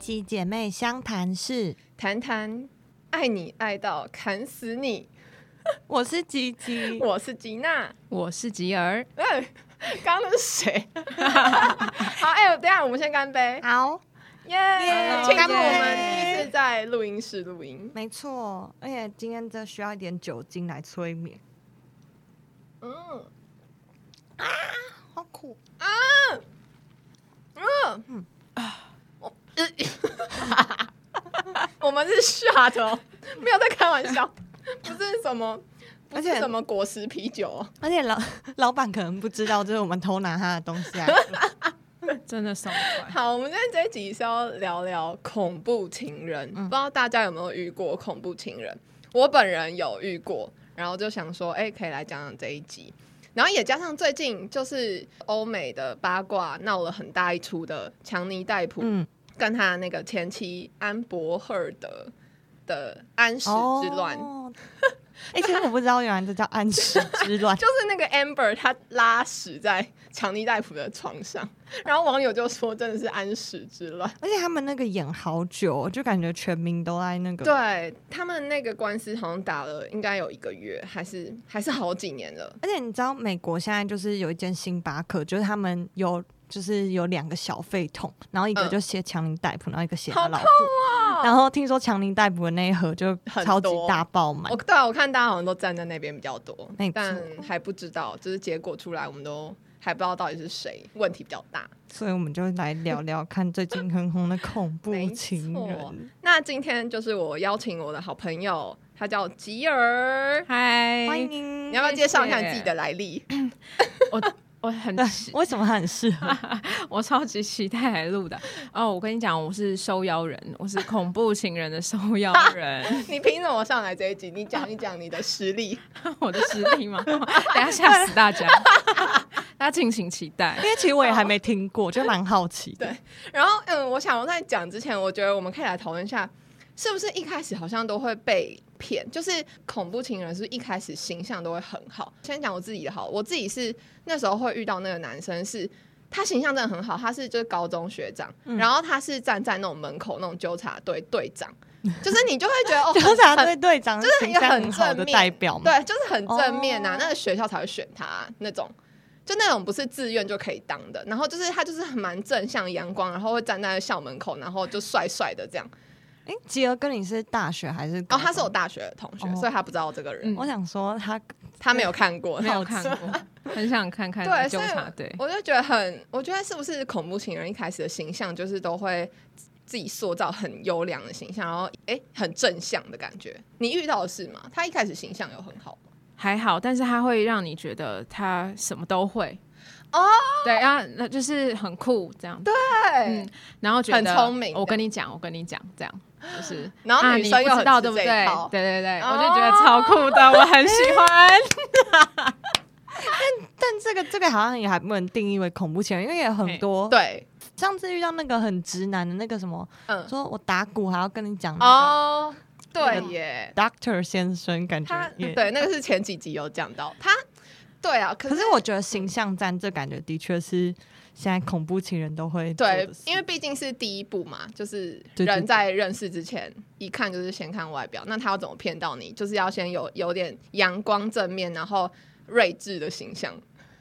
习姐妹相谈室，谈谈爱你爱到砍死你，我是吉吉，我是吉娜。我是吉儿， 哎，刚刚那是谁？好，哎、等一下我们先干杯，好，耶、耶庆祝干杯我们第一次在录音室录音。没错，而且今天这需要一点酒精来催眠，嗯好苦，嗯嗯我 呃我们是 shot 哦，没有在开玩笑，不是什么，不而是且什么果实啤酒、哦。而且老 老板可能不知道，就是我们偷拿他的东西啊，真的爽 快。好，我们今天这一集是要聊聊恐怖情人，不嗯知道大家有没有遇过恐怖情人？我本人有遇过，然后就想说，哎、可以来讲讲这一集。然后也加上最近就是欧美的八卦闹了很大一出的强尼戴普、 嗯，跟他那个前妻安博赫尔德的安史之乱，。嗯哦。 哎、其实我不知道，原来这叫安史之乱 就是那个 Amber 她拉屎在强尼戴普的床上，然后网友就说真的是安史之乱。而且他们那个演好久，哦就感觉全民都在那个。，对他们那个官司好像打了应该有一个月，还是还是好几年了。而且你知道美国现在就是有一间星巴克，就是他们有就是有两个小废桶，然后一个嗯就写强尼戴普，然后一个写好啊他老婆。然后听说强尼戴普的那一盒就很超级多大爆满我，对啊，我看大家好像都站在那边比较多没，错但还不知道，就是结果出来，我们都还不知道到底是谁问题比较大。所以我们就来聊聊看最近很红的恐怖没情错人。那今天就是我邀请我的好朋友，他叫吉儿，嗨，欢迎你要不要介绍一下谢谢你自己的来历？ 我我很对，期为什么他很适 合？我超级期待来录的哦！我跟你讲，我是收妖人，我是恐怖情人的收妖 人，你凭什么上来这一集？你讲一讲你的实力。我的实力 吗？等一下吓死大家，大家敬请期待因。为其实我也还没听过，就蛮好奇的。对然后，嗯，我想在讲之前，我觉得我们可以来讨论一下，是不是一开始好像都会被骗？就是恐怖情人，是不是一开始形象都会很好？先讲我自己的好，我自己是那时候会遇到那个男生是。他形象真的很好，他是就是高中学长，嗯然后他是站在那种门口那种纠察队 队长，就是你就会觉得哦，纠察很队队长就是啊形一个象很很好正的面代表嘛，对，就是很正面呐、哦那个学校才会选他、那种，就那种不是自愿就可以当的。然后就是他就是蛮正向阳光，然后会站在校门口，然后就帅帅的这样。哎，吉儿跟你是大学还是高中？哦，他是我大学的同学，哦所以他不知道我这个人，嗯我想说他他没有看过。没有看过，很想看看对，纠所以察队。我就觉得很，我觉得是不是恐怖情人一开始的形象就是都会自己塑造很优良的形象，然后哎、诶很正向的感觉。你遇到的是吗？他一开始形象有很好吗？还好，但是他会让你觉得他什么都会哦，对，然后那就是很酷这样，对，对嗯，然后觉得很聪明我跟你讲，我跟你讲，这样就是， 然后啊女你生不又很知道吃对不这一对？套对对对，哦我就觉得超酷的，我很喜欢。但这个这个好像也还不能定义为恐怖情人，因为也有很多。，嗯对，上次遇到那个很直男的那个什么，嗯，说我打鼓还要跟你讲那 哦，那对个耶，个 Doctor 先生，感他觉也。对那个是前几集有讲到他，对啊，可可是我觉得形象战这感觉的确是现在恐怖情人都会做对的事，因为毕竟是第一步嘛，就是对对人对在认识之前，一看就是先看外表，那他要怎么骗到你，就是要先有有点阳光正面，然后睿智的形象，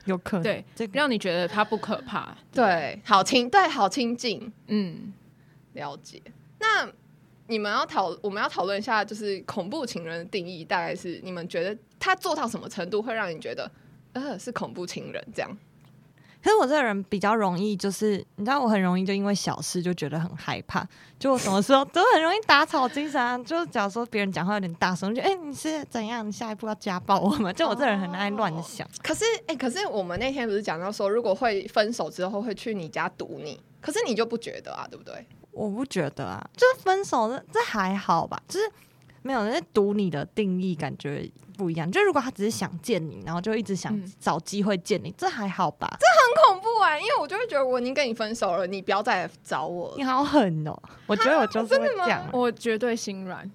有可能对这个让你觉得他不可怕，对，好亲，对，好亲近，嗯，了解。那你们要讨，我们要讨论一下，就是恐怖情人的定义，大概是你们觉得他做到什么程度会让你觉得，呃，是恐怖情人这样？可是我这个人比较容易，就是你知道，我很容易就因为小事就觉得很害怕，就我什么时候都很容易打草惊蛇啊。 就是假如说别人讲话有点大声，我就觉得哎、你是怎样？你下一步要家暴我吗？就我这人很爱乱想。可是，哎、可是我们那天不是讲到说，如果会分手之后会去你家堵你，可是你就不觉得啊，对不对？我不觉得啊，就是分手这这还好吧，就是没有那赌你的定义感觉不一样。就如果他只是想见你，然后就一直想嗯找机会见你，这还好吧？很恐怖啊、因为我就会觉得我已经跟你分手了，你不要再来找我你了。好 狠哦、我觉得我就是会真的吗这样啊、我绝对心软，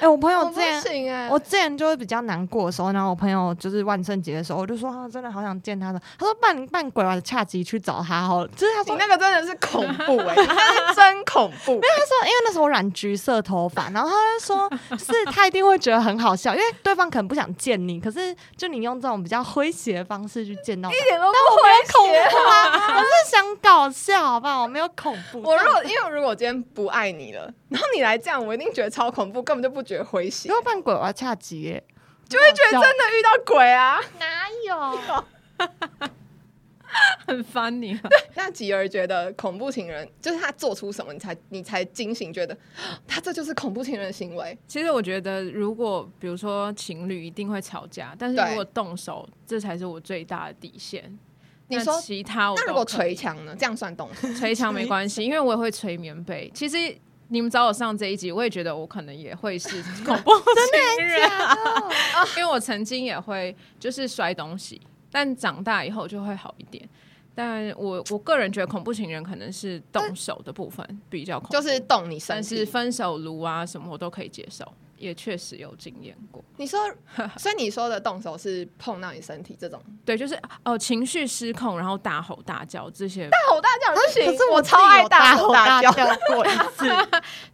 哎、我朋友我之不前行哎、我之前就是比较难过的时候，然后我朋友就是万圣节的时候，我就说啊，真的好想见他的。他说扮扮鬼玩的恰吉去找他好了，就是他你说。那个真的是恐怖 哎、你那是真恐怖。他说，因为那时候我染橘色头发，然后他就说，是他一定会觉得很好笑，因为对方可能不想见你，可是就你用这种比较诙谐的方式去见到他，一点都不哎恐会写。怖啊！我是想搞笑，好不好？我没有恐怖。我如果 因为如果我今天不爱你了，然后你来这样，我一定觉得超恐怖，根本就不觉得诙谐如，果扮鬼娃恰吉耶，就会觉得真的遇到鬼啊。哪有？很烦你、啊。 那吉儿觉得恐怖情人就是他做出什么，你才你才惊醒，觉得 啊他这就是恐怖情人的行为。其实我觉得，如果比如说情侣一定会吵架，但是对如果动手，这才是我最大的底线。你那说其他我那都如果可捶以墙呢？这样算动手？捶墙没关系，因为我也会捶棉被。其实你们找我上这一集，我也觉得我可能也会是 恐怖情人，因为我曾经也会就是摔东西，但长大以后就会好一点。但我我个人觉得恐怖情人可能是动手的部分比较恐怖，就是动你身但体。是分手炉啊什么我都可以接受，也确实有经验过。你 说，所以你说的动手是碰到你身体这种对，就是哦情绪失控，然后大吼大叫这些大吼大叫不行，可是我自己超爱有大吼大叫。过一次，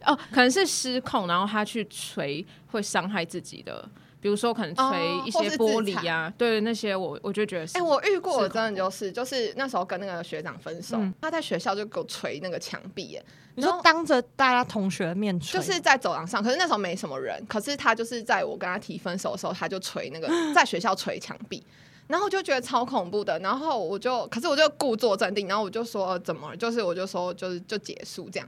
哦，可能是失控，然后他去捶会伤害自己的，比如说可能哦捶一或些是玻自残璃啊，对那些我我就觉得 是，哎、我遇过，是我真的就是就是那时候跟那个学长分手，嗯他在学校就给我捶那个墙壁耶，你然说后当着大家同学的面吹，就是在走廊上，可是那时候没什么人，可是他就是在我跟他提分手的时候，他就捶 那个在学校捶墙壁，然后我就觉得超恐怖的，然后我就可是我就故作镇定，然后我就说呃怎么了，就是我就说就是就结束这样，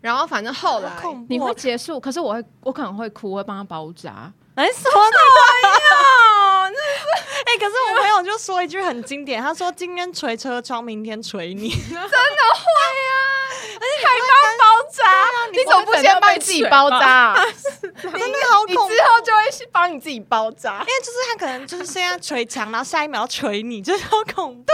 然后反正后来好哎恐怖哦你会结束，可是我会我可能会哭，我会帮他包扎，哎什么哦，那哎、可是我朋友就说一句很经典，他说：“今天捶车窗，明天捶你。包扎，啊你怎么不不可能先被帮你自己捶包吧扎、 啊？” 真的好你恐怖，之因为后就会帮你自己包扎。就是他可能就是现在捶墙，然后下一秒捶你，就是好恐怖。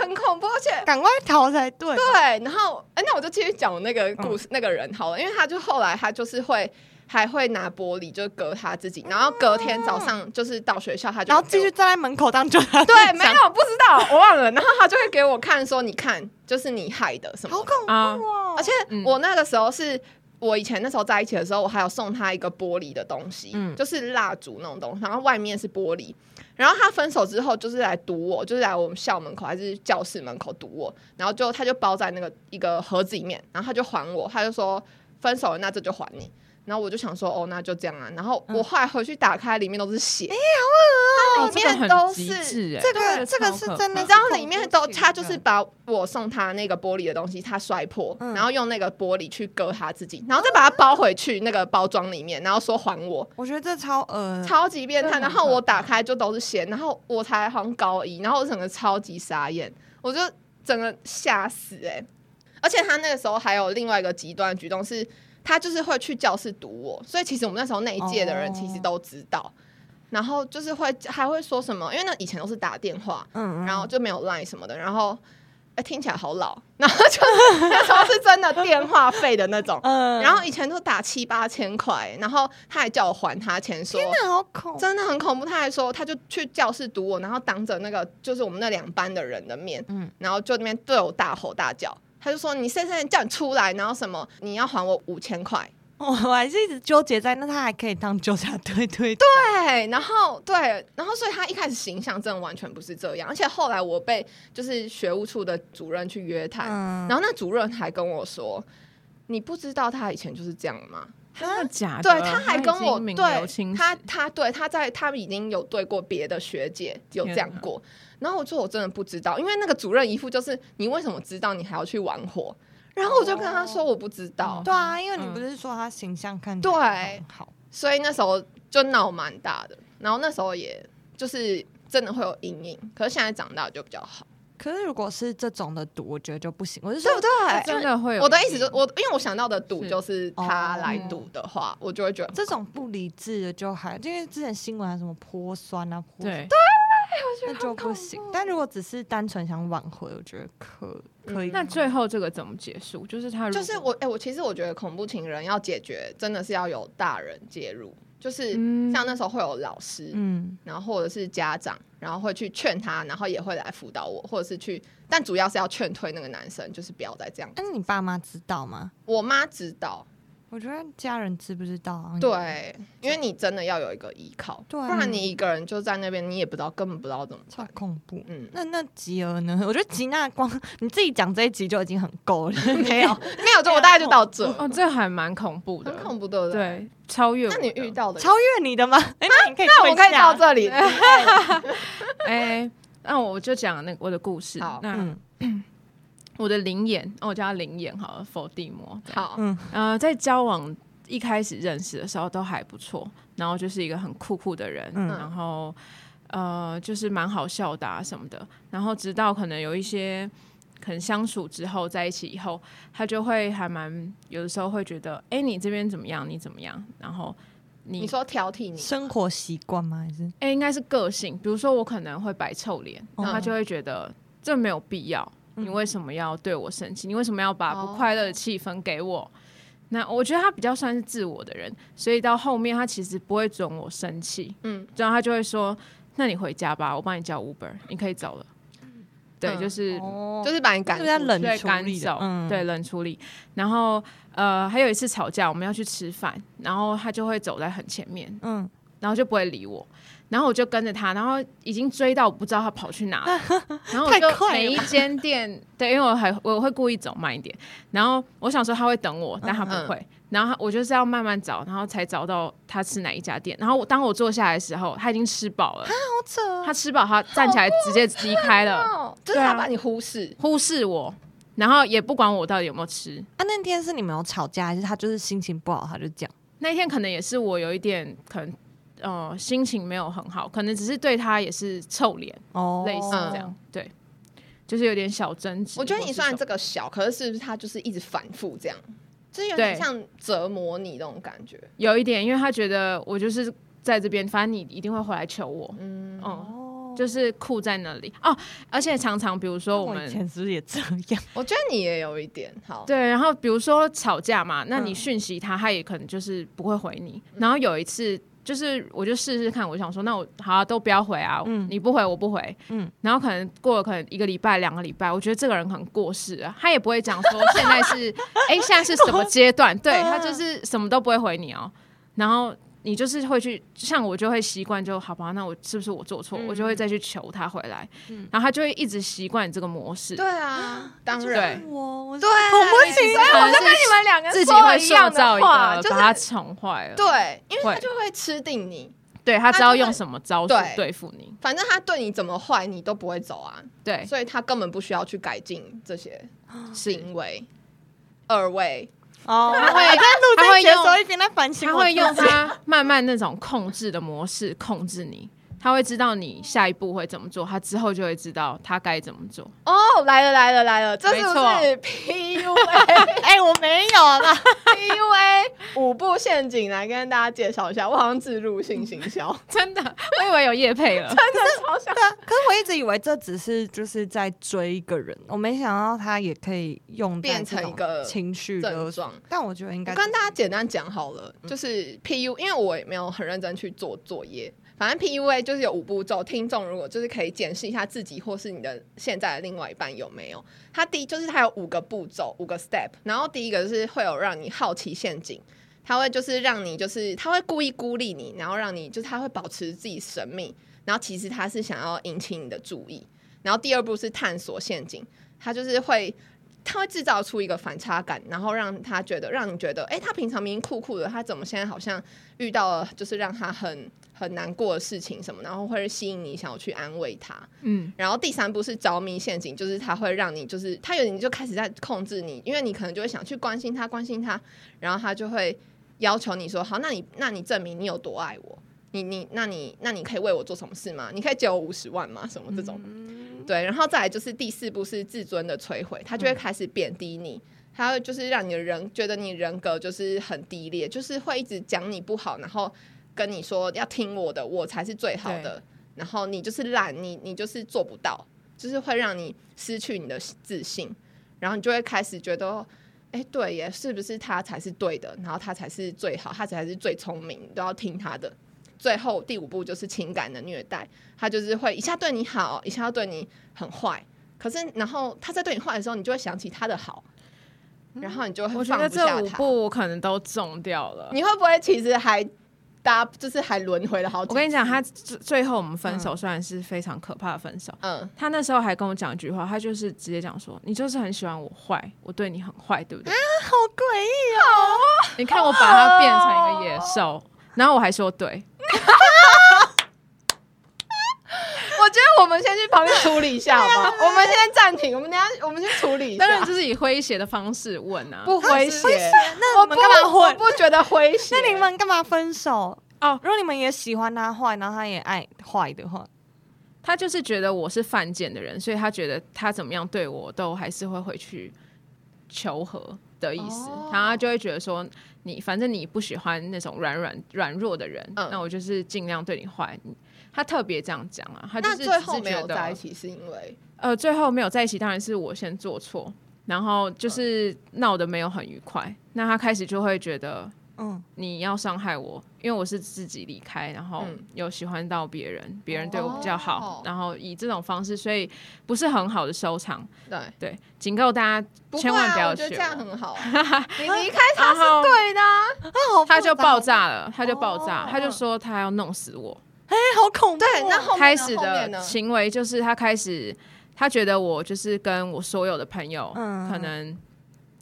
很恐怖，而且 赶快逃才对。对，然后哎、那我就继续讲我那个故事、那个人好了，因为他就后来他就是会还会拿玻璃就隔他自己，然后隔天早上就是到学校他就然后继续站在门口当救他。 对，没有不知道我忘了，然后他就会给我看说你看就是你害的什么好的，恐怖哦！而且嗯我那个时候是。我以前那时候在一起的时候，我还有送他一个玻璃的东西，嗯就是蜡烛那种东西，然后外面是玻璃。然后他分手之后，就是来堵我，就是来我们校门口还是教室门口堵我，然后就他就包在那个一个盒子里面，然后他就还我，他就说分手了，那这就还你。然后我就想说，哦，那就这样啊。然后我后来回去打开，里面都是血，哦里这个面很都极是致哎，这个对这个超是可真的，怕你知道里面都，他就是嗯把我送他那个玻璃的东西，他摔破，嗯然后用那个玻璃去割他自己，然后再把它包回去那个包装里面，然后说还我，我觉得这超恶，超级变态。嗯真的然很后我可怕打开就都是血，然后我才好像高一，然后我整个超级傻眼，我就整个吓死哎、欸！而且他那个时候还有另外一个极端的举动是，他就是会去教室堵我，所以其实我们那时候那一届的人哦其实都知道。然后就是会还会说什么，因为那以前都是打电话，嗯然后就没有 line 什么的，然后哎、听起来好老，然后就是那时候是真的电话费的那种，嗯然后以前都打七八千块，然后他还叫我还他钱说。天哪，好恐怖！真的很恐怖，他还说，他就去教室堵我，然后当着那个就是我们那两班的人的面，嗯然后就那边对我大吼大叫，他就说你现在叫你出来，然后什么你要还我五千块，我还是一直纠结在那，他还可以当纠察队队对，对，然后对，然后所以他一开始形象真的完全不是这样，而且后来我被就是学务处的主任去约谈，嗯然后那主任还跟我说：“你不知道他以前就是这样吗真的假？”的，对，他还跟我啊已经名留青对，史他他对他在他已经有对过别的学姐有这样天哪过，然后我说我真的不知道，因为那个主任一副就是你为什么知道你还要去玩火？然后我就跟他哦说我不知道，嗯对啊，因为你不是说他形象看起来很好，所以那时候就闹蛮大的，然后那时候也就是真的会有阴影，可是现在长大就比较好，可是如果是这种的赌，我觉得就不行。我是说对不，对？真的会有我的意思阴就影我因为我想到的赌是就哦是他来赌的话，我就会觉得这种不理智的就还，因为之前新闻还有什么泼酸啊，泼对，那就不行。但如果只是单纯想挽回，我觉得可可以。嗯那最后这个怎么结束？就是他如果就是我，哎、我其实我觉得恐怖情人要解决，真的是要有大人介入，就是嗯像那时候会有老师，嗯，然后或者是家长，然后会去劝他，然后也会来辅导我，或者是去，但主要是要劝退那个男生，就是不要再这样。但是你爸妈知道吗？我妈知道，我觉得家人知不知道啊？对，因为你真的要有一个依靠，对啊不然你一个人就在那边，你也不知道，根本不知道怎么超办。恐怖。嗯，那那吉儿呢？我觉得吉娜光你自己讲这一集就已经很够了，没有，没有，就我大概就到这，哦，这还蛮恐怖的，很恐怖，对不对？对，超越我那的。你遇到的人，超越你的吗？哎、那你可以那我退可以下到这里。哎，那我就讲那个我的故事好。那嗯我的灵眼，那我叫他灵眼好了，否地魔。好，嗯呃，在交往一开始认识的时候都还不错，然后就是一个很酷酷的人，嗯然后呃，就是蛮好笑的、啊、什么的。然后直到可能有一些可能相处之后，在一起以后，他就会还蛮有的时候会觉得，哎、你这边怎么样？你怎么样？然后你你说挑剔你，嗯生活习惯吗？还是哎、应该是个性。比如说我可能会摆臭脸，哦他嗯就会觉得这没有必要，你为什么要对我生气？你为什么要把哦不快乐的气氛给我？那我觉得他比较算是自我的人，所以到后面他其实不会准我生气，嗯，然后他就会说：“那你回家吧，我帮你叫 Uber，你可以走了。”对，嗯就是哦，就是把你赶是不是要出去冷对处赶理的走，嗯对冷处理。然后呃，还有一次吵架，我们要去吃饭，然后他就会走在很前面，嗯，然后就不会理我。然后我就跟着他，然后已经追到我不知道他跑去哪了。 然后我太就快了每一吧间店，对，因为我还我会故意走慢一点。然后我想说他会等嗯我，但他不会。然后他我就是要慢慢找，然后才找到他吃哪一家店。然后我当我坐下来的时候，他已经吃饱了。好扯哦，他吃饱，他站起来直接离开了，哦，就是他对啊把你忽视，忽视我，然后也不管我到底有没有吃。啊，那天是你们有吵架，还是他就是心情不好，他就讲？那天可能也是我有一点可能。呃，心情没有很好，可能只是对他也是臭脸，哦，类似这样，对，就是有点小争执。我觉得你虽算然这个小，可是是不是他就是一直反复这样，就是有对点像折磨你那种感觉。有一点，因为他觉得我就是在这边，反正你一定会回来求我，嗯，嗯，哦，就是酷在那里哦。而且常常比如说我我以们前是不是也这样？我觉得你也有一点好，对，然后比如说吵架嘛，那你嗯讯息他，他也可能就是不会回你。然后有一次。就是，我就试试看，我想说，那我好、啊、都不要回啊，嗯你不回我不回，嗯嗯，然后可能过了可能一个礼拜、两个礼拜，我觉得这个人很过世了，他也不会讲说 现在是，哎、现在是什么阶段，对嗯他就是什么都不会回你哦、然后你就是会去，像我就会习惯就好吧，那我是不是我做嗯错，我就会再去求他回来，然后他就会一直习惯这个模式，对啊，当对然，我我对啊，恐怖你情人可能是你们两个自己说会一塑样的造一话个就是把他宠坏了，对，因为他会就会吃定你，对他他知道就会用什么招数对对付你，反正他对你怎么坏，你都不会走啊，对，所以他根本不需要去改进这些是行为。二位，哦，他他会会在录他这会一节的用时候一边在反省他我自会己，用他慢慢那种控制的模式控制你，他会知道你下一步会怎么做，他之后就会知道他该怎么做。哦，来了来了来了，这是不没是 PUA 哎，我没有啦， PUA 五步陷阱？来跟大家介绍一下，我好像自入性行销，真的，我以为有叶配了，真的 超 像。可是我一直以为这只是就是在追一个人，我没想到他也可以用在变成这种一个情绪症的状。但我觉得应该嗯我跟大家简单讲好了，就是 PU，因为我也没有很认真去做作业。反正 PUA 就是有五步骤，听众如果就是可以检视一下自己或是你的现在的另外一半有没有。它第一就是它有五个步骤，五个 step，然后第一个就是会有让你好奇陷阱，它会就是让你就是它会故意孤立你，然后让你就是它会保持自己神秘，然后其实它是想要引起你的注意。然后第二步是探索陷阱，它就是会他会制造出一个反差感，然后让他觉得，让你觉得，哎、他平常明明酷酷的，他怎么现在好像遇到了就是让他很很难过的事情什么，然后会吸引你想要去安慰他。 嗯，然后第三步是着迷陷阱，就是他会让你就是他有你就开始在控制你，因为你可能就会想去关心他，关心他，然后他就会要求你说，好，那你那你证明你有多爱我。你你那你那你可以为我做什么事吗？你可以借我五十万吗？什么这种对，然后再来就是第四步是自尊的摧毁，他就会开始贬低你，他会就是让你的人觉得你人格就是很低劣，就是会一直讲你不好，然后跟你说要听我的，我才是最好的，然后你就是懒，你你就是做不到，就是会让你失去你的自信，然后你就会开始觉得，哎，对耶，是不是他才是对的？然后他才是最好，他才是最聪明，你都要听他的。最后第五步就是情感的虐待，他就是会一下对你好，一下对你很坏。可是，然后他在对你坏的时候，你就会想起他的好，然后你就会 嗯我觉放得不下这五他。步我可能都中掉了。你会不会其实还搭，就是还轮回了好几？我跟你讲，他最最后我们分手虽然是非常可怕的分手， 嗯，他那时候还跟我讲一句话，他就是直接讲说：“你就是很喜欢我坏，我对你很坏，对不对？好诡异你看我把它变成一个野哦兽。”然后我还说对，我觉得我们先去旁边处理一下，好吗？我们现在暂停，我们等一下我们去处理一下。当然就是以诙谐的方式问啊。啊不诙谐，那我你不们干嘛我混？不觉得诙谐。那你们干嘛分手？哦如果你们也喜欢他坏，然后他也爱坏的话，他就是觉得我是犯贱的人，所以他觉得他怎么样对我都还是会回去求和的意思。哦然后他就会觉得说你反正你不喜欢那种软软软弱的人，嗯那我就是尽量对你坏。他特别这样讲啊，他就那是最后只是没觉有得在一起是因为呃，最后没有在一起，当然是我先做错，然后嗯就是闹得没有很愉快。那他开始就会觉得嗯，你要伤害我，因为我是自己离开，然后嗯有喜欢到别人，别人对我比较好，哦然后以这种方式，所以不是很好的收场。对，对，警告大家不会千万不啊，要我觉得学这我。样很 好啊。你离开他然是后对的啊，那好复杂，他就爆炸了，他就爆炸，哦他就说他要弄死我。哎，好恐怖哦。对，那后面呢开始后面的呢？行为就是他开始，他觉得我就是跟我所有的朋友，嗯可能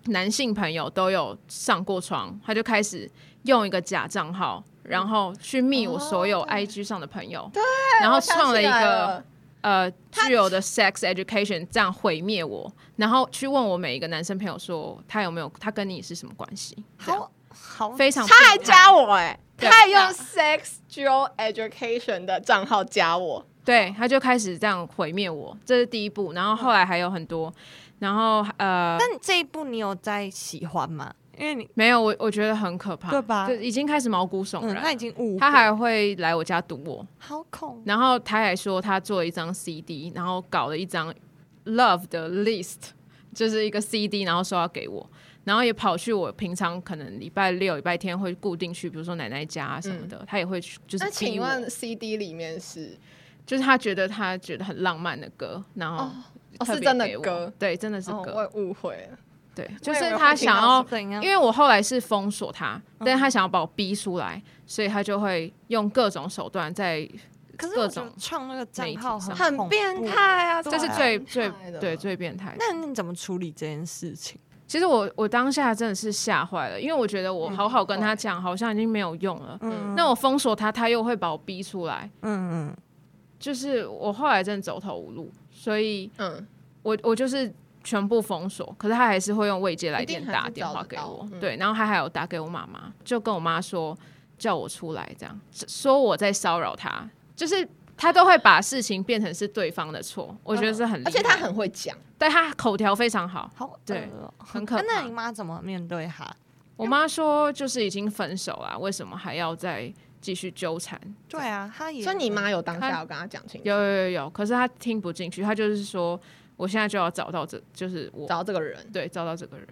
男性朋友都有上过床，他就开始用一个假账号，然后去密我所有哦对 IG 上的朋友，对，然后创了一我想起来个了。呃具有的 sex education 这样毁灭我，然后去问我每一个男生朋友说他有没有他跟你是什么关系，这样好好非常哦他还变态加我哎、对他还用 Sex Dual Education 的账号加我，对，他就开始这样毁灭我，这是第一步。然后嗯后来还有很多，然后呃，但这一部你有在喜欢吗？因为你没有我我觉得很可怕，对吧就已经开始毛骨悚嗯，然。他已经误会啊他还会来我家堵我，好恐怖，然后他还说他做了一张 CD，然后搞了一张 Love 的 list，就是一个 CD，然后说要给我，然后也跑去我平常可能礼拜六、礼拜天会固定去，比如说奶奶家啊什么的，他也会去，就嗯是那逼请我问 CD 里面是就是他觉得他觉得很浪漫的歌，然后哦哦特是别真的给我歌对，真的是哦，歌，我也误会了，对，就我以是为他会听想到要，怎样？哦因为我后来是封锁他，嗯但是他想要把我逼出来，所以他就会用各种手段在，可是各我觉得种创那个账媒体号上恐怖很变。态啊，这是啊最变最态的对最变态的。那你怎么处理这件事情？其实我我当下真的是吓坏了，因为我觉得我好好跟他讲，好像已经没有用了。嗯，那我封锁他，他又会把我逼出来，嗯嗯，就是我后来真的走投无路，所以嗯，我我就是全部封锁，可是他还是会用未接来一电定还是打电话给找我得到，嗯对，然后他还有打给我妈妈，就跟我妈说叫我出来，这样说我在骚扰他，就是他都会把事情变成是对方的错，我觉得是很厉嗯而害，且他很会讲，对他口条非常好，好恶哦，对很 可啊怕。那你妈怎么面对他？我妈说就是已经分手了，为什么还要再继续纠缠？对啊，他也所以你妈有当他下有跟他讲清楚，有有有有，可是他听不进去，他就是说我现在就要找到这，就是我找到这个人，对找到这个人。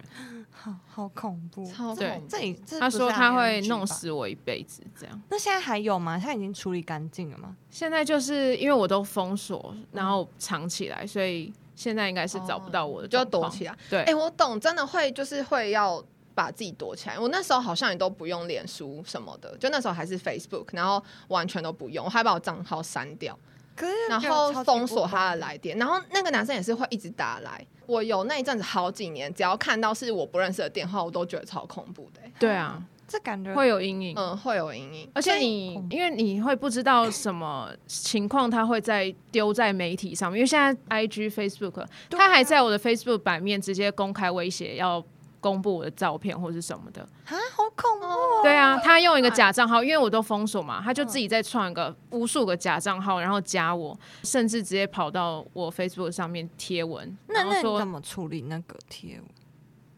好好恐怖。超对恐怖这里这他不是说他会 ING 弄吧。死我一辈子，这样。那现在还有吗？现在已经处理干净了吗？现在就是因为我都封锁，然后藏起来，所以现在应该是找不到我的，就要躲起来。来。对，哎、我懂，真的会就是会要把自己躲起来。我那时候好像也都不用脸书什么的，就那时候还是 Facebook，然后完全都不用，我还把我账号删掉。可是然后封锁他的来电，然后那个男生也是会一直打来。我有那一阵子好几年，只要看到是我不认识的电话，我都觉得超恐怖的欸、对啊，这感觉会有阴影。嗯，会有阴影，而且你恐，怖因为你会不知道什么情况，他会在丢在媒体上面。因为现在 I G、Facebook，对啊他还在我的 Facebook 版面直接公开威胁要公布我的照片或是什么的。啊，好恐怖哦！对啊，他用一个假账号，因为我都封锁嘛，他就自己再创一个无数个假账号，然后加我，甚至直接跑到我 Facebook 上面贴文，那然后那你说怎么处理那个贴文？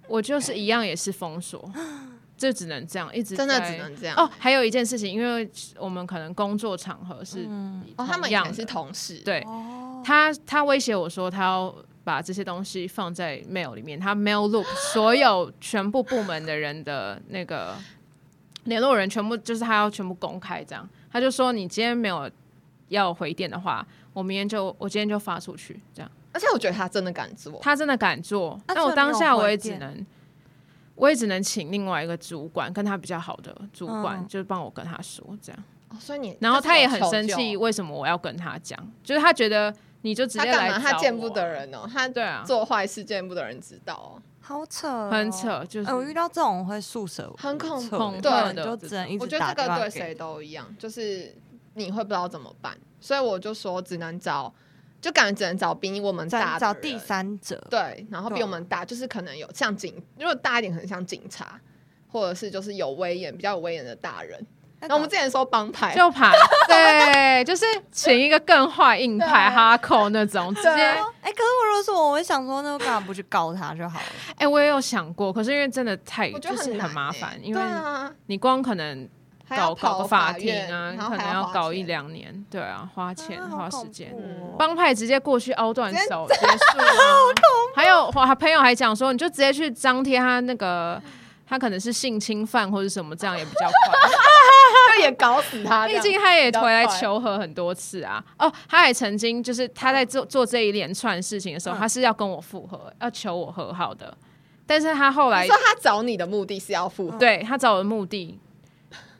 我就是一样也是封锁，就只能这样一直真的在只能这样。哦。还有一件事情，因为我们可能工作场合是嗯哦，他们以同样前是的同事，，对，哦，欸他他威胁我说他要把这些东西放在 mail 里面，他 mail loop 所有全部部门的人的那个联络人全部就是他要全部公开这样。他就说你今天没有要回电的话，我明天就我今天就发出去这样。而且我觉得他真的敢做，他真的敢做，那但我当下我也所以只你有能。我也只能请另外一个主管，跟他比较好的主管，嗯就是帮我跟他说这样。哦所以你，然后这是他也有很求生救气，，为什么我要跟他讲？就是他觉得你就直他接干来嘛？找他见我不啊得人哦，他对啊，做坏事见不得人知道哦。好扯哦，很扯，就是、哎我遇到这种我会束手，很恐怖恐对，吓的就只能一我直觉得打这电个话对给谁都一样，就是你会不知道怎么办，所以我就说只能找，就感觉只能找比我们大找找的人第三者，对，然后比对我们大，就是可能有像警，如果大一点，可能像警察，或者是就是有威严、比较有威严的大人。那那我们之前说帮派，就盘，对，就是请一个更坏硬派对哈扣那种，直接对哎啊、哎、可是我如果是我，我会想说，那我干嘛不去告他就好了？哎我也有想过，可是因为真的太我觉就得是很难很麻欸烦，因对为啊，你光可能还要搞搞跑个法庭院啊，然后可能还要搞花一钱。两年，对啊，花钱、啊好花时恐间怖。嗯哦帮派直接过去凹断直接手结 束啊！还有我还朋友还讲说，你就直接去张贴他那个，他可能是性侵犯或者什么，这样也比较 快。就也搞死他这毕样。竟他也回来求和很多次啊。哦，他还曾经就是他在做做这一连串事情的时候，嗯他是要跟我复合，要求我和好的。但是他后来你说他找你的目的是要复合，对他找我的目的，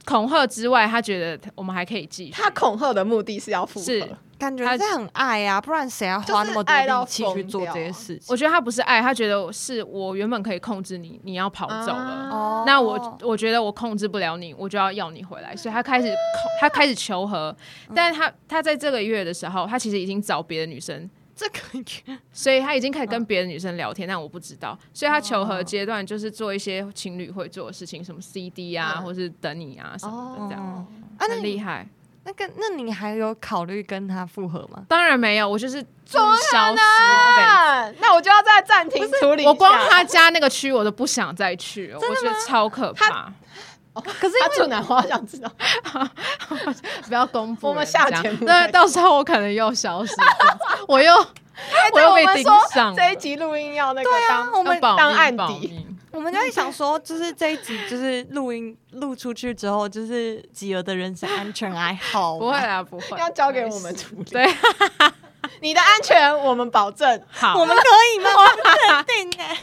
恐吓之外，他觉得我们还可以继续。他恐吓的目的是要复合，是，感觉他是很爱呀、不然谁要花那么就是爱多到力气去做这些事情？我觉得他不是爱，他觉得是我原本可以控制你，你要跑走了。啊哦那我我觉得我控制不了你，我就要要你回来，所以他开始控他开始求和，但是他他在这个月的时候，他其实已经找别的女生这个月所以他已经开始跟别的女生聊天，但我不知道。所以他求和阶段就是做一些情侣会做的事情，什么 CD 啊，嗯或是等你啊什么的，这样、哦啊，那很厉你害。那个那你还有考虑跟他复合吗？当然没有，我就是就是消失呗。啊，那我就要再暂停处理一下。我光他家那个区我都不想再去了，我觉得超可怕。可哦是他住哪，我好想知道。 不要公布人家，我们下节目那再到时候我可能又消失，这样子我又我哎对又我被们盯说上了这一集录音要那个当我们要保当密案保底密我们就会想说，就是这一集就是录音录出去之后，就是吉儿的人身安全还好吗不会啊啦，不 会要交给我们处理。对， 你的安全我们保证。好，我们可以吗？我不确定哎、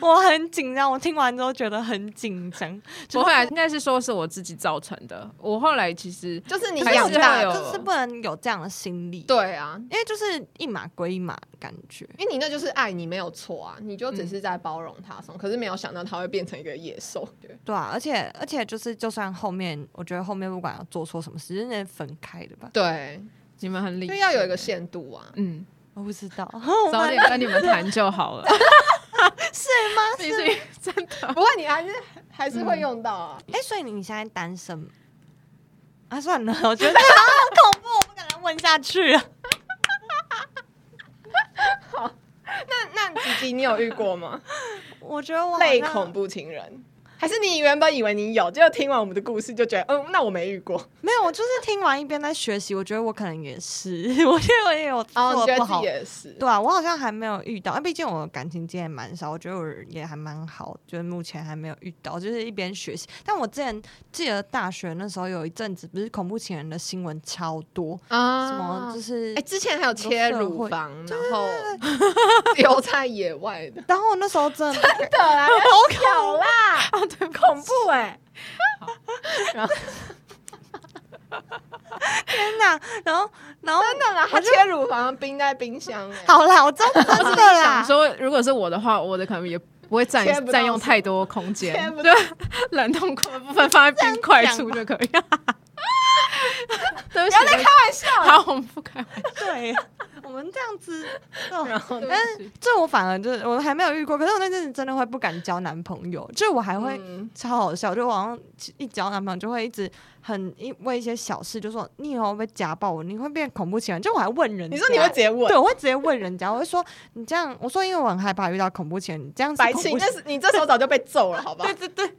我很紧张，我听完之后觉得很紧张，不会啊，应该是说是我自己造成的。我后来其实就是你还是养大会有就是不能有这样的心理，，对啊，因为就是一码归一码的感觉。因为你那就是爱，你没有错啊，你就只是在包容他什么，可是没有想到他会变成一个野兽。对，对啊，而且而且就是，就算后面，我觉得后面不管要做错什么事，那是分开的吧？对，你们很理因性，为要有一个限度啊。嗯，我不知道， 早点跟你们谈就好 了，是吗？是真的， 不过你还是还是会用到啊。哎、所以你现在单身吗啊？算了，我觉得 好恐怖，我不敢再问下去了。那那吉吉，你有遇过吗？我觉得我好类像恐怖情人，还是你原本以为你有，结果听完我们的故事就觉得，嗯，那我没遇过。没有，我就是听完一边在学习，我觉得我可能也是，我觉得我也有哦，你做觉得得不自己好。也是。对啊，我好像还没有遇到，啊毕竟我的感情经验蛮少，我觉得我也还蛮好，就是目前还没有遇到，就是一边学习。但我之前记得大学那时候有一阵子，不是恐怖情人的新闻超多，啊什么就是哎、，之前还有切乳房，然后 留在野外的，然后我那时候真的真的啊， 好巧啦，啊，对不起，恐怖哎、然后天哪，然后然后真的啦，他切乳房冰在冰箱、欸，好啦，我真的真的想啦，说如果是我的话，我的可能也不会占啊切不到占用太多空间切，不对，冷冻库的部分放在冰块啊处就可以。 对不起，不要再开玩笑，好，我们不开玩笑。对， 我们这样 子，哦然后就但是这我反而就是我还没有遇过，可是我那阵子真的会不敢交男朋友，就我还会嗯超好笑，就网上一交男朋友就会一直很因为一些小事就说你以后会不会家暴我，你会变恐怖情人，就我还问人家，你说你会直接问对，，我会直接问人家，我会说你这样，我说因为我很害怕遇到恐怖情人，你这样是白恐痴，怖你那是你这时候早就被揍了，好吧？对对对。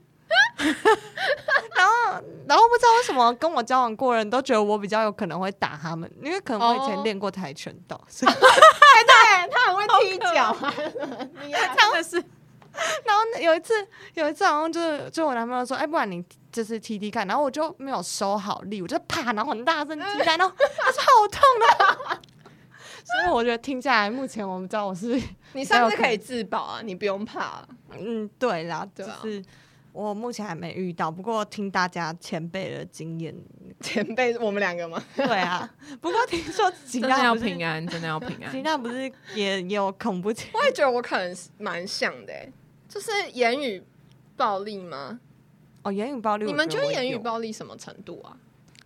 然后，然后不知道为什么跟我交往过的人都觉得我比较有可能会打他们，因为可能我以前哦练过跆拳道，所以 对，他很会踢脚啊， 厉害真的是然后那有一次，有一次好像就是，就我男朋友说，哎，不然你就是踢踢看，然后我就没有收好力，我就啪，然后很大声踢 他，然后他说好痛的。所以我觉得听下来，目前我们知道我是，你上次可以自保啊，你不用怕。嗯，对啦，对啊就是我目前还没遇到，不过听大家前辈的经验，前辈，我们两个吗？对啊， 不过听说吉真的娜要不是平安，真的要平吉安。娜不是也有恐怖情？我也觉得我可能是蛮像的、欸，就是言语暴力吗？哦，言语暴力，你们我觉得得我言有语暴力什么程度啊？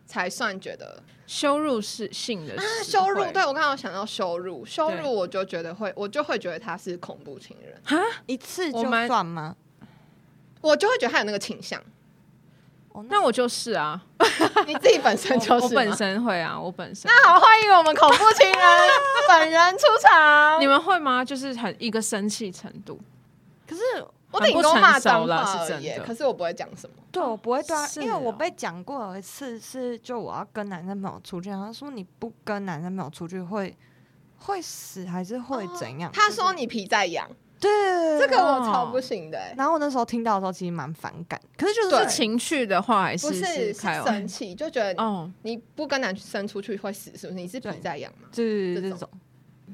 才算觉得羞辱呃是性的啊，事羞辱！会对我刚刚有想到羞辱，羞对辱我就觉得会，我就会觉得他是恐怖情人，一次就我蛮算吗？我就会觉得他有那个倾向。哦，那那我就是啊，你自己本身嗯就 我是我吗本身会啊，我本身。那好，欢迎我们恐怖情 人本人出场。你们会吗？就是很一个生气程度，可是我顶多骂很脏不成熟啦话而是真已，的可是我不会讲什么。对，我不会对他，是因为我哦被讲过有一次是，就我要跟男生朋友出去，然后他说你不跟男生朋友出去会会死还是会怎样？哦他说你皮在痒，对这个我超不行的、欸，然后我那时候听到的时候其实蛮反感，可是就是对是情绪的话还不是是是开生气，就觉得哦，你不跟男生出去会死，是不是？你是皮在痒吗？就是这这种种，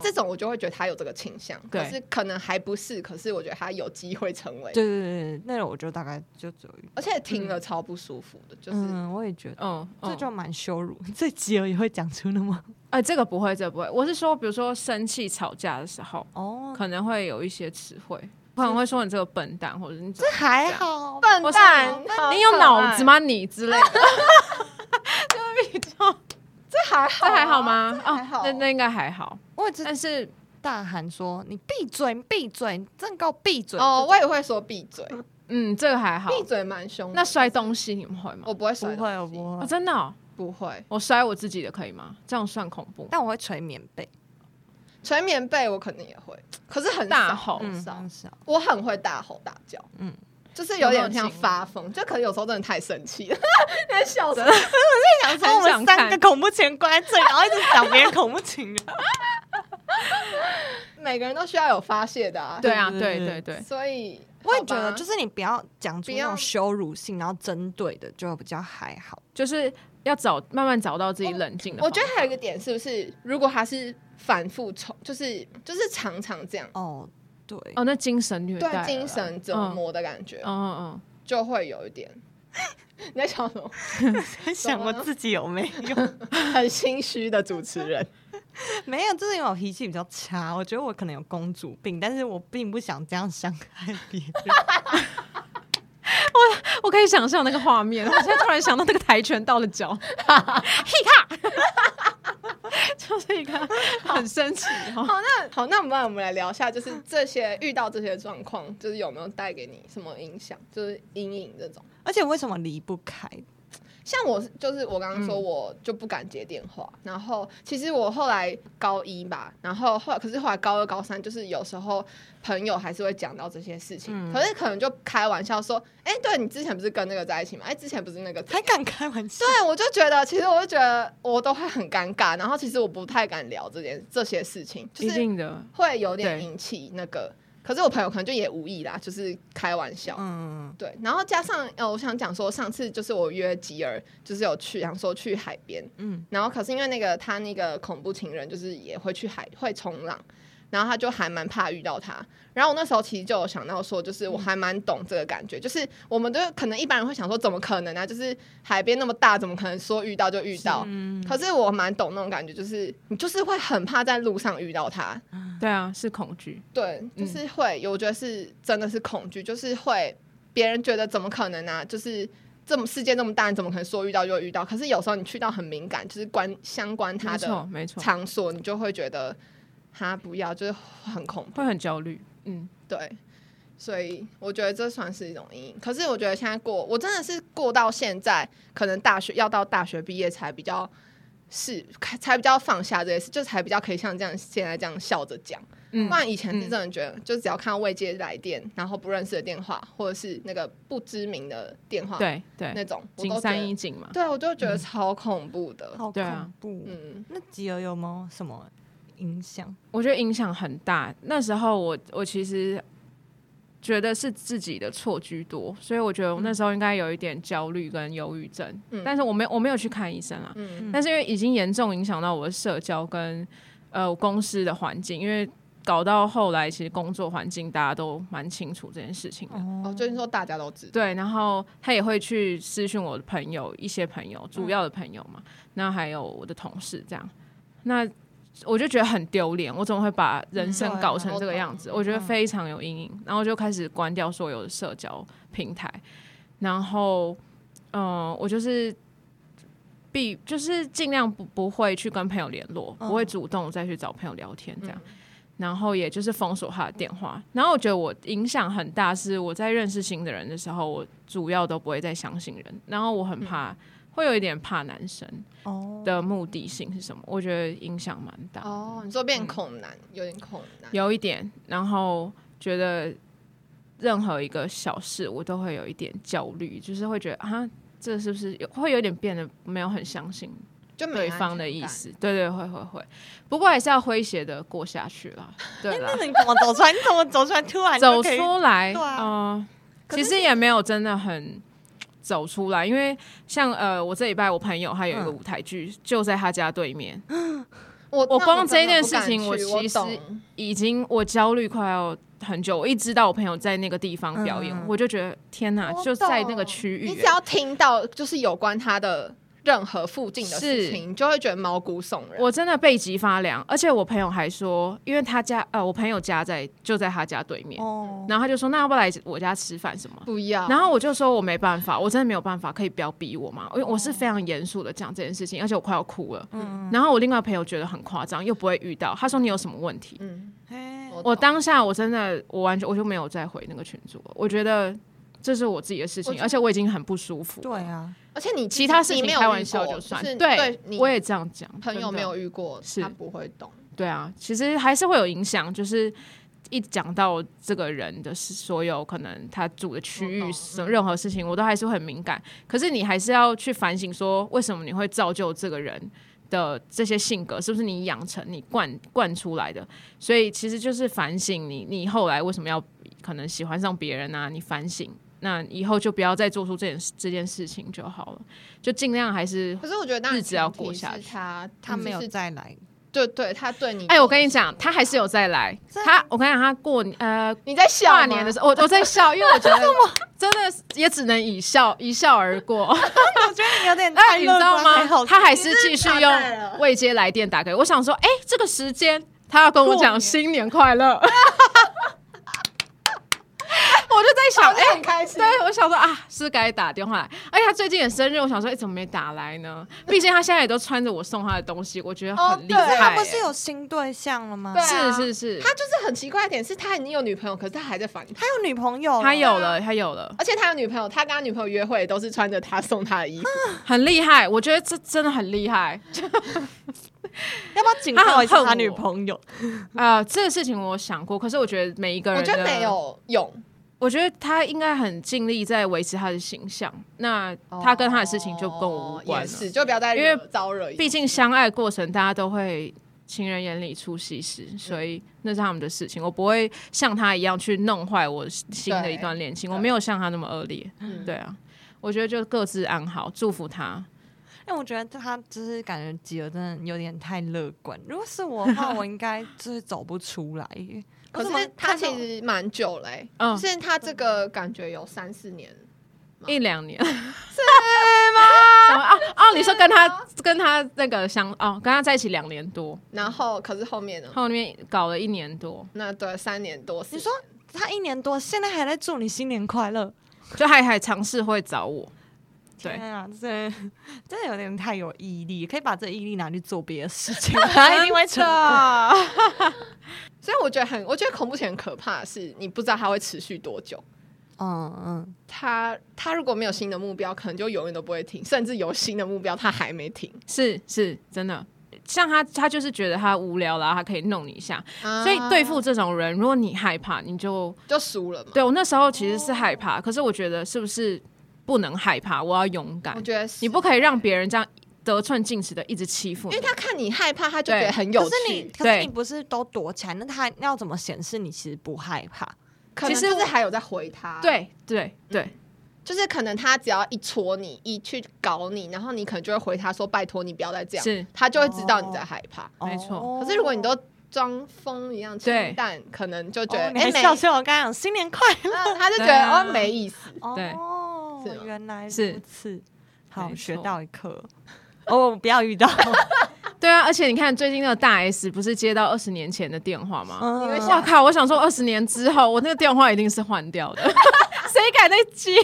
这种我就会觉得他有这个倾向，可对是可能还不是，可是我觉得他有机会成为，对对对对，那个我就大概就只有一，而且听了超不舒服的，就是、哦嗯，我也觉得。嗯，这嗯就蛮羞辱， 这集也会讲出那么哎，这个不会，这个不会。我是说，比如说生气吵架的时候，嗯哦，可能会有一些词汇，可能会说你这个笨蛋，或者你怎这还好，笨蛋我，好啊么你有可脑爱子？吗？你之类的，这还这好啊，还好吗？这还好哦，那那应该还好。我也只但是大喊说：“你闭嘴，你闭嘴，你真够闭嘴！”哦，我也会说闭嘴，嗯，这个还好。闭嘴蛮凶的。那摔东西你们会吗我？不会不摔东西，会，我不哦，会，真的哦，不会。我摔我自己的可以吗？这样算恐怖？但我会捶棉被。捶棉被我肯定也会，可哦是很少大吼嗯很少。很少。我很会大吼大叫，嗯嗯，就是有点像发疯，就可能有时候真的太生气了， 在笑死。想说我们三个恐怖情人关在这里，然后一直讲别人恐怖情人。每个人都需要有发泄的、啊，对啊，对对对对对对，所以 我也觉得，就是是你不要讲出不那要种羞辱性，然后针对的，就比较还好。就是要找慢慢找到自己冷静的我方觉法。得还有一个点是不是，如果他是反复重，就是就是常常这样，哦，对， 哦，那精神虐待了对啦，精神折磨的感觉，嗯。嗯嗯就会有一点。 你在想什么？想我自己有没有？很心虚的主持人， 没有，就是因为我脾气比较差，我觉得我可能有公主病，但是我并不想这样伤害别人。嗯，我可以想象那个画面。我现在突然想到那个跆拳道的 脚，嘿卡，就是一个很生气。然后 好，那我们我们来聊一下，就是这些遇到这些状况，就是有没有带给你什么影响，就是阴影这种。而且为什么离不开？像我是就是我刚刚说，嗯我就不敢接电话。然后其实我后来高一吧，然后后来可是后来高二、高三，就是有时候朋友还是会讲到这些事情，嗯可是可能就开玩笑说：“哎、对你之前不是跟那个在一起吗？哎、之前不是那个怎 还样。”敢开玩 笑？对，我就觉得，其实我就觉得我都会很尴尬，然后其实我不太敢聊这件这些事情，就一是定的，会有点对引起那个。可是我朋友可能就也无意啦，就是开玩笑。嗯，对，然后加上呃，我想讲说，上次就是我约吉儿，就是有去，想说去海边，嗯嗯，然后可是因为那个他那个恐怖情人，就是也会去海，会冲浪，然后他就还蛮怕遇到他。然后我那时候其实就有想到说，就是我还蛮懂这个感觉，就是我们都可能一般人会想说，怎么可能呢、就是海边那么大，怎么可能说遇到就遇到？嗯，可是我蛮懂那种感觉，就是你就是会很怕在路上遇到他，对啊，是恐惧。对，就嗯是啊会，有我觉得是真的是恐惧，就是会别人觉得怎么可能呢、就是这么世界那么大，你怎么可能说遇到就会遇到？可是有时候你去到很敏感，就是关相关它没错的没错，场所，你就会觉得他不要，就是很恐怖。会很焦虑。嗯，对，所以我觉得这算是一种阴影。可是我觉得现在过，我真的是过到现在，可能大学要到大学毕业才比较是，才比较放下这些事，就才比较可以像这样现在这样笑着讲。嗯不然以前是嗯真的觉得，就只要看到未接来电，然后不认识的电话，或者是那个不知名的电话，对对，那种，我景都觉山一得，景嘛，对我就觉得超恐怖的。好对啊恐怖。嗯，那吉儿有没有什么影响？我觉得影响很大。那时候我我其实觉得是自己的错居多，所以我觉得我那时候应该有一点焦虑跟忧郁症，嗯但是我没我没有去看医生啊，嗯但是因为已经严重影响到我的社交跟呃我公司的环境，因为搞到后来其实工作环境大家都蛮清楚这件事情的。哦，就是说大家都知道，对，然后他也会去私讯我的朋友，一些朋友，嗯主要的朋友嘛，那还有我的同事这样，那我就觉得很丢脸，我怎么会把人生对搞啊成我这个样懂子？我觉得嗯非常有阴影，然后就开始关掉所有的社交平台，然后，嗯、我就是。必就是尽量不不会去跟朋友联络，不会嗯主动再去找朋友聊天这样。然后也就是封锁他的电话。然后我觉得我影响很大，是我在认识新的人的时候，我主要都不会再相信人。然后我嗯很怕，会有一点怕男生哦，的目的性是什么？我觉得影响蛮大，哦，你说变恐男，有点恐男，啊有一点。然后觉得任何一个小事，我都会有一点焦虑，就是会觉得啊，这是不是有会有点变得没有很相信就没对安方全的意感。思？对对，会会会。不过还是要诙谐的过下去啦，对啦。哎那你怎么走出来？你怎么走出来？突然走就可以出来，对啊呃可其是实也没有真的很走出来，因为像呃，我这礼拜我朋友他有一个嗯舞台剧、就在他家对面，我我那光真的这件不事敢情去我我其实懂已经我焦虑快要很久，我一知道我朋友在那个地方表演，嗯嗯嗯我就觉得天哪，我啊就在那懂个区域、你只欸要听到就是有关他的任何附近的事是情，你就会觉得毛骨悚然。我真的背脊发凉，而且我朋友还说，因为他家呃，我朋友家在就在他家对面，哦，然后他就说那要不要来我家吃饭什么？不要，然后我就说我没办法，我真的没有办法，可以不要逼我嘛？因为我是非常严肃的讲这件事情，而且我快要哭了。嗯，然后我另外朋友觉得很夸张，又不会遇到，他说你有什么问题？嗯，嘿我我懂当下我真的我完全我就没有再回那个群组了，我觉得这是我自己的事我情，觉而且我已经很不舒服。对，啊，而且你其他事你情没有开遇玩笑过就算，是对，你我也这样讲。朋友真的没有遇过，是他不会懂。对啊，其实还是会有影响，就是一讲到这个人的是所有可能他住的区我域懂嗯什任何事情，我都还是会很敏感。可是你还是要去反省，说为什么你会造就这个人的这些性格，是不是你养成、你惯惯出来的？所以其实就是反省你，你后来为什么要可能喜欢上别人啊？你反省。那以后就不要再做出这件事这件事情就好了，就尽量还是可是我觉得当然日子要前提过下是去他他没有是再来，对对，他对你。哎、我跟你讲，他还是有再来。真他，我跟你讲，他过年呃你在笑跨年的吗时候，我我在笑，因为我觉得真的是也只能以笑一笑而过。 我觉得你有点哎，太你乐知道观，还吗好？他还是继你是续不是打败了用未接来电打给我，我想说，哎、这个时间他要跟我过讲年新年快乐， 我就在想，好哎、像很开心。对，我想说啊，是该打电话来。而且他最近也生日，我想说，哎、怎么没打来呢？毕竟他现在也都穿着我送他的东西，我觉得哦很厉对害、可是他不哎是有新对象了吗？对他啊是是是，他就是很奇怪的点是，他已经有女朋友，可是他还在反他，有女朋友了，他有了，他有了，而且他有女朋友，他跟他女朋友约会都是穿着他送他的衣服。很厉害。我觉得这真的很厉害要不要警告一他下很恨他我女朋友？啊、呃这个事情我想过，可是我觉得每一个人，我觉得没，有用，我觉得他应该很尽力在维持他的形象。那他跟他的事情就跟我无哦关也了，是，就不要再因为惹招惹。毕竟相爱过程大家都会。情人眼里出西施，所以那是他们的事情。我不会像他一样去弄坏我新的一段恋情，对我没有像他那么恶劣。嗯对啊，我觉得就各自安好，祝福他。因为我觉得他就是感觉吉尔真的有点太乐观。如果是我的话，我应该就是走不出 来耶。可我怎么是他看其到实蛮久嘞、嗯就是他这个感觉有三四年，嗯一两年是 吗？啊哦，你说跟他跟他那个相哦，跟他在一起两年多，然后可是后面呢？后面搞了一年多，那对三年多，你说他一年多，现在还在祝你新年快乐，就还还尝试会找我，对天啊，这真的有点太有毅力，可以把这毅力拿去做别的事 情，他啊一定会成功。的，啊 所以我觉得很，我觉得恐怖情人可怕的是，你不知道它会持续多久。嗯嗯，他他如果没有新的目标，可能就永远都不会停，甚至有新的目标，他还没停。是是真的。像他，他就是觉得他无聊啦，他可以弄你一下。啊所以对付这种人，如果你害怕，你啊就就输了嘛。对我那时候其实是害怕，可是我觉得是不是不能害怕？我要勇我敢，觉得是你不，可以让别人这样得寸进尺的一直欺负因你为。他看你害怕，他就对觉得很有可趣。是你，可是对你不是都躲起来？那他要怎么显示你其实不害怕？可能其实就是我还有在回他，，对对对，就是可能他只要一戳你，一去搞你，然后你可能就会回他说：“拜托你不要再这样。”是他就会知道你在害怕。没错哦可是如果你都装疯一样清对淡，可能就觉得哦，你哎还没，笑笑，我刚刚讲新年快乐。嗯他就觉对得啊哦没意思。对哦是吗，原来是如此，好没学错到一课。哦，不要遇到，对啊！而且你看，最近那个大 S 不是接到二十年前的电话吗？嗯 因为哇靠！我想说，二十年之后，我那个电话一定是换掉的， 谁敢再接？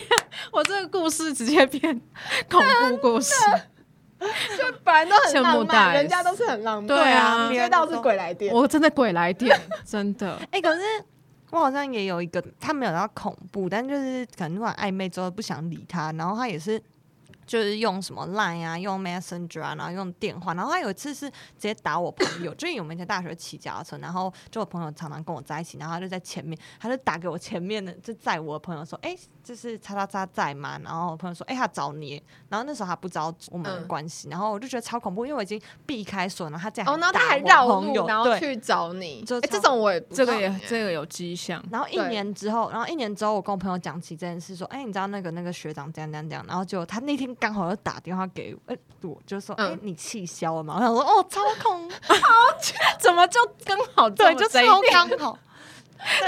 我这个故事直接变恐怖故事。就本来都很羡慕浪大漫， S 人家都是很浪漫，对啊接到是鬼来电，我真的鬼来电，真 的。哎、可是我好像也有一个，他没有到恐怖，但就是可能突然暧昧之后不想理他，然后他也是就是用什么 Line 啊，用 Messenger 啊，然后用电话，然后他有一次是直接打我朋 友，就是因为我们以前大学骑脚踏车，然后就我朋友常常跟我在一起，然后他就在前面，他就打给我前面的，就载我的朋友说，哎、就是叉叉叉在吗？然后我朋友说，哎、他找你，然后那时候还不知道我们的嗯关系，然后我就觉得超恐怖，因为我已经避开锁，然后他这样哦，然后他打还我绕朋友路，然后对去找你，就哎，超这种我也不这个懂也哎这个有迹象，然后一对年之后，然后一年之后，我跟我朋友讲起这件事，说：“哎、你知道那个那个学长怎样怎样怎样。”然后结果他那天刚好又打电话给我，哎、我就说：“哎、嗯你气消了吗？”我想说：“哦，超恐， 怎么就刚好对，就超刚好。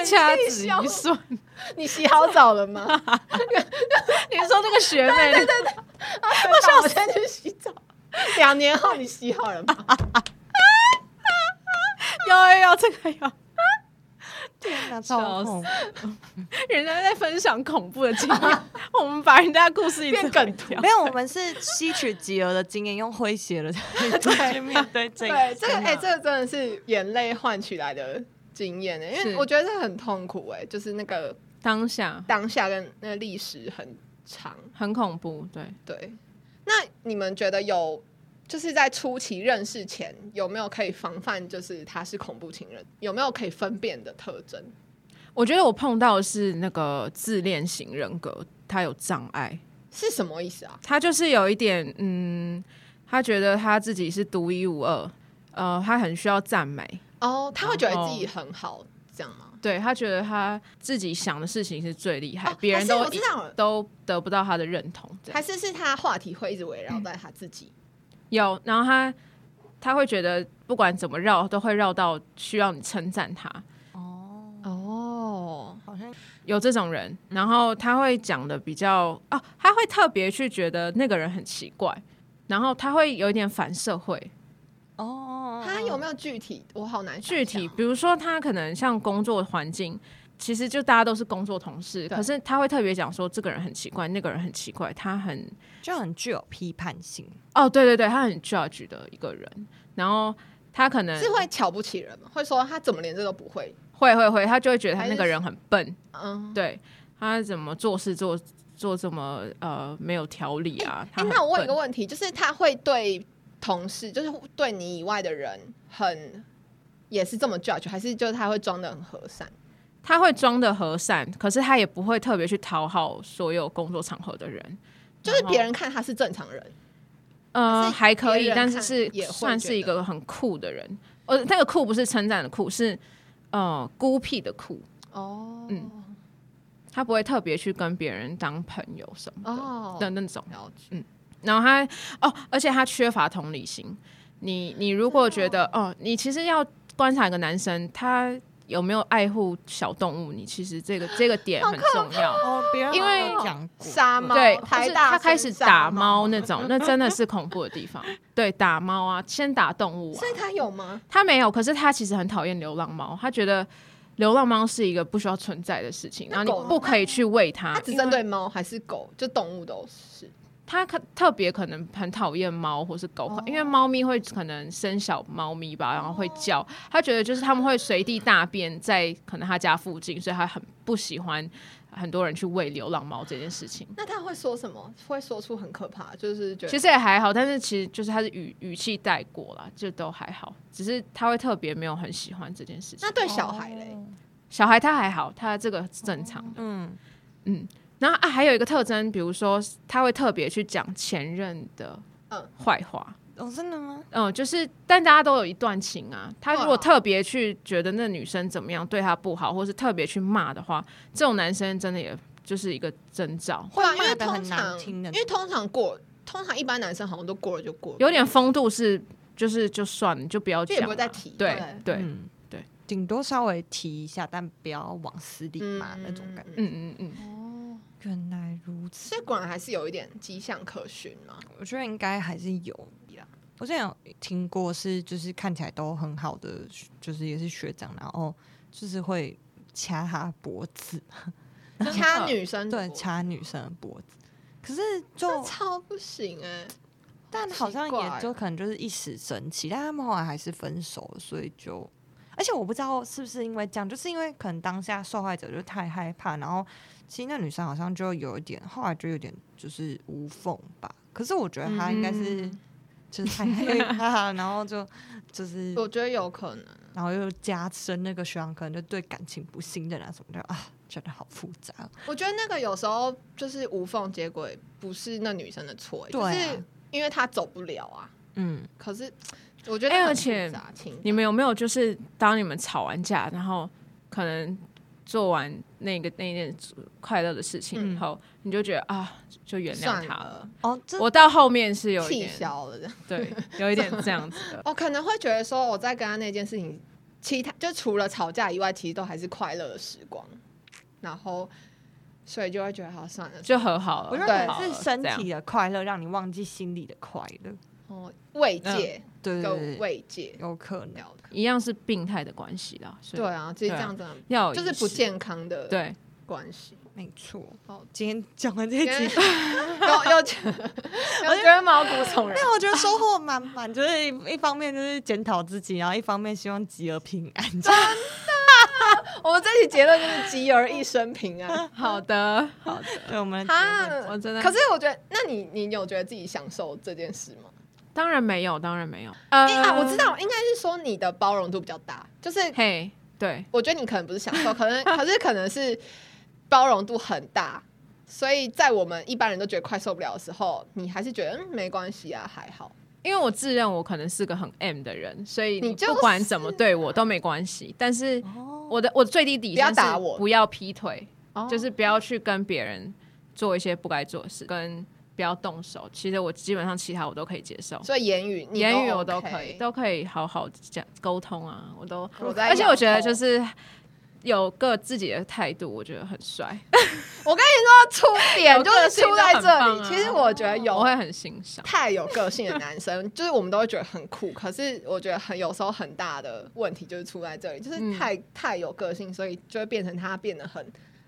掐指一算？你洗好澡了吗？ 你说那个学妹， 对对我想我先去洗澡。两年后你洗好了吗？有有有，这个有，”天哪，超笑恐怖！ 人家在分享恐怖的经 验，我们把人家的故事一直变梗图掉没。有，我们是吸取吉儿的经验，用诙谐的 态度去面对这 对，个。这个天哪哎、这个真的是眼泪换取来的经验呢、因为是我觉得这很痛苦哎、就是那个 当下当下跟那个历史很长。很恐怖，对，对，那你们觉得有就是在初期认识前有没有可以防范，就是他是恐怖情人，有没有可以分辨的特征？我觉得我碰到的是那个自恋型人格，他有障碍，是什么意思啊？他就是有一点，嗯，他觉得他自己是独一无二，呃，他很需要赞美，哦，他会觉然得后自己很好，这样吗？对他觉得他自己想的事情是最厉害，哦别、还人是都我知道了都得不到他的认同，这样还是是他话题会一直围绕在他自己？有，然后他他会觉得不管怎么绕，都会绕到需要你称赞他，哦，嗯哦，好像有这种人，然后他会讲的比较哦，他会特别去觉得那个人很奇怪，然后他会有一点反社会。哦，他有没有具体？我好难想具象体比如说，他可能像工作环境，其实就大家都是工作同事，对可是他会特别讲说这个人很奇怪，那个人很奇怪，他很就很具有批判性。哦，对对对，他很 judge 的一个人，然后他可能是会瞧不起人吗？会说他怎么连这都不会？会会会，他就会觉得他还那是个人很笨，嗯，对他怎么做事做做这么呃没有条理啊？哎、他很那我问一笨个问题，就是他会对同事，就是对你以外的人很也是这么 judge，还是就是他会装的很和善？他会装的和善，可是他也不会特别去讨好所有工作场合的人，就是别人然后看他是正常人，呃是还可以，别人但看是是也会算是一觉个很酷的人。呃，那个酷不是称赞的酷，是呃孤僻的酷。哦，嗯他不会特别去跟别人当朋友什么的、哦，的那种。了解，然后他哦，而且他缺乏同理心。你你如果觉得哦，你其实要观察一个男生他有没有爱护小动物，你其实这个这个点很重要。哦，别人因好像为有讲过哦杀猫对，台就是大他开生始杀打猫猫那种，那真的是恐怖的 地方。对，打猫啊，先打动物啊所。以他有吗？他没有，可是他其实很讨厌流浪猫，他觉得流浪猫是一个不需要存在的事情，然那后狗呢你啊不可以去喂它他。只针对猫还是狗？就动物都是他可特别可能很讨厌猫或是狗，哦因为猫咪会可能生小猫咪吧，然后哦会叫。他觉得就是他们会随地大便在可能他家附近，所以他很不喜欢很多人去喂流浪猫这件事情。那他会说什么？会说出很可怕，就是觉得其实也还好，但是其实就是他是语语气带过啦，就都还好。只是他会特别没有很喜欢这件事情那。对小孩嘞，哦小孩他还好，他这个是正常哦的。嗯，嗯，然后啊，还有一个特征，比如说他会特别去讲前任的嗯坏话。哦，真的吗？嗯，就是，但大家都有一段情啊。他如哇果特别去觉得那女生怎么样对他不好，或是特别去骂的话，这种男生真的也就是一个征兆，会啊，因骂为得通很难常听的因为通常过，通常一般男生好像都过了就过了，有点风度是就是就算了，你就不要就讲也了，不会再提对对对，嗯嗯，对，顶多稍微提一下，但不要往死里嗯骂那种感觉。嗯嗯嗯，哦，原来如此，所以果然还是有一点迹象可循嘛。我觉得应该还是有呀。我之前有听过是，就是看起来都很好的，就是也是学长，然后就是会掐他脖子，真的掐女生对，脖子掐女生的脖子。可是这就，超不行哎，但好像奇怪也就可能就是一时生气，但他们后来还是分手了，所以就，而且我不知道是不是因为这样，就是因为可能当下受害者就太害怕，然后其实那女生好像就有一点，后来就有点就是无缝吧。可是我觉得她应该是、嗯就是太害怕，然后就就是我觉得有可能。然后又加深那个学长可能就对感情不信任啊什么的啊，觉得好复杂哦。我觉得那个有时候就是无缝接轨，不是那女生的错、欸，对啊就是因为她走不了啊。嗯，可是我觉得哎很而且复杂情你们有没有就是当你们吵完架，然后可能做完那个那件快乐的事嗯情以后，你就觉得啊，就原谅算他了，哦，这我到后面是有一气点消了这样。对，有一点这样子的。我可能会觉得说，我在跟她那件事情，其他就除了吵架以外，其实都还是快乐的时光。然后，所以就会觉得好算了，就和好了。 我觉对得和好可能了是身这样体的快乐让你忘记心里的快乐，哦，慰藉，对够对对，慰藉，有可能。了解一样是病态的关系啦，所以对啊，其实这对啊样子很要有就是仪式不健康的对，关系。没错好，今天讲完这有一 集， 有觉得有觉得毛骨悚然。但我觉得收获满满，就是一一方面就是检讨自己，然后一方面希望吉儿平安。我们这期结论就是吉儿一生平 安好的，好的， 对我们的结论啊！我真的可是我觉得，那你你有觉得自己享受这件事吗？当然没有，当然没有。呃因为啊，我知，道，应该是说你的包容度比较大，就是嘿，对，我觉得你可能不是享受，可能 可是可能是包容度很大，所以在我们一般人都觉得快受不了的时候，你还是觉得嗯没关系啊，还好。因为我自认我可能是个很 M 的人，所以你你就是不管怎么对我都没关系。但是哦，我的我最低底线是不要打我不要劈腿，哦就是不要去跟别人做一些不该做的事，跟不要动手。其实我基本上其他我都可以接受。所以言语、你哦言语我 OK 都可以，都可以好好讲沟通啊，我都我在而且我觉得摇头就是有个自己的态度，我觉得很帅。 我跟你说，出点有就个是性出在就很这里。棒啊其实我觉得有我会很欣赏。太有个性的男生， 就是我们都会觉得很酷，可是我觉得很有时候很大的问题就是出在这里，就是嗯太、太有个性，所以就会变成他变得很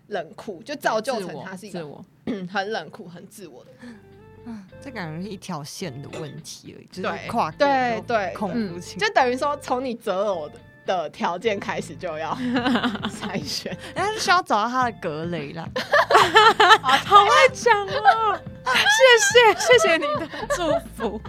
冷酷，就造就自成我他是一自个我。嗯很冷酷、很自我的人。嗯这感觉是一条线的问题而已，就对是跨过对就对嗯恐对怖情就等于说从你择偶的的条件开始就要 筛 选。然后就需要找到他的格雷啦。好会讲哦， 谢谢谢谢你的祝 福，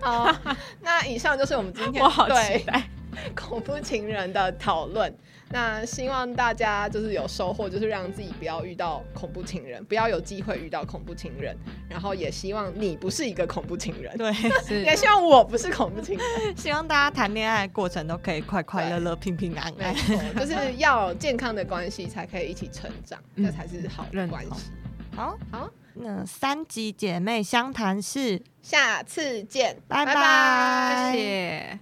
好，那以上就是我们今天我好期对待。 恐怖情人的讨论。那希望大家就是有收获，就是让自己不要遇到恐怖情人，不要有机会遇到恐怖情人。然后也希望你不是一个恐怖情人，对， 也希望我不是恐怖情人。希望大家谈恋爱的过程都可以快快乐乐、平平安没安。错，就是要有健康的关系才可以一起成长，这才是好的认关同系。好，好，那三集姐妹相谈室，下次见，拜拜拜谢谢。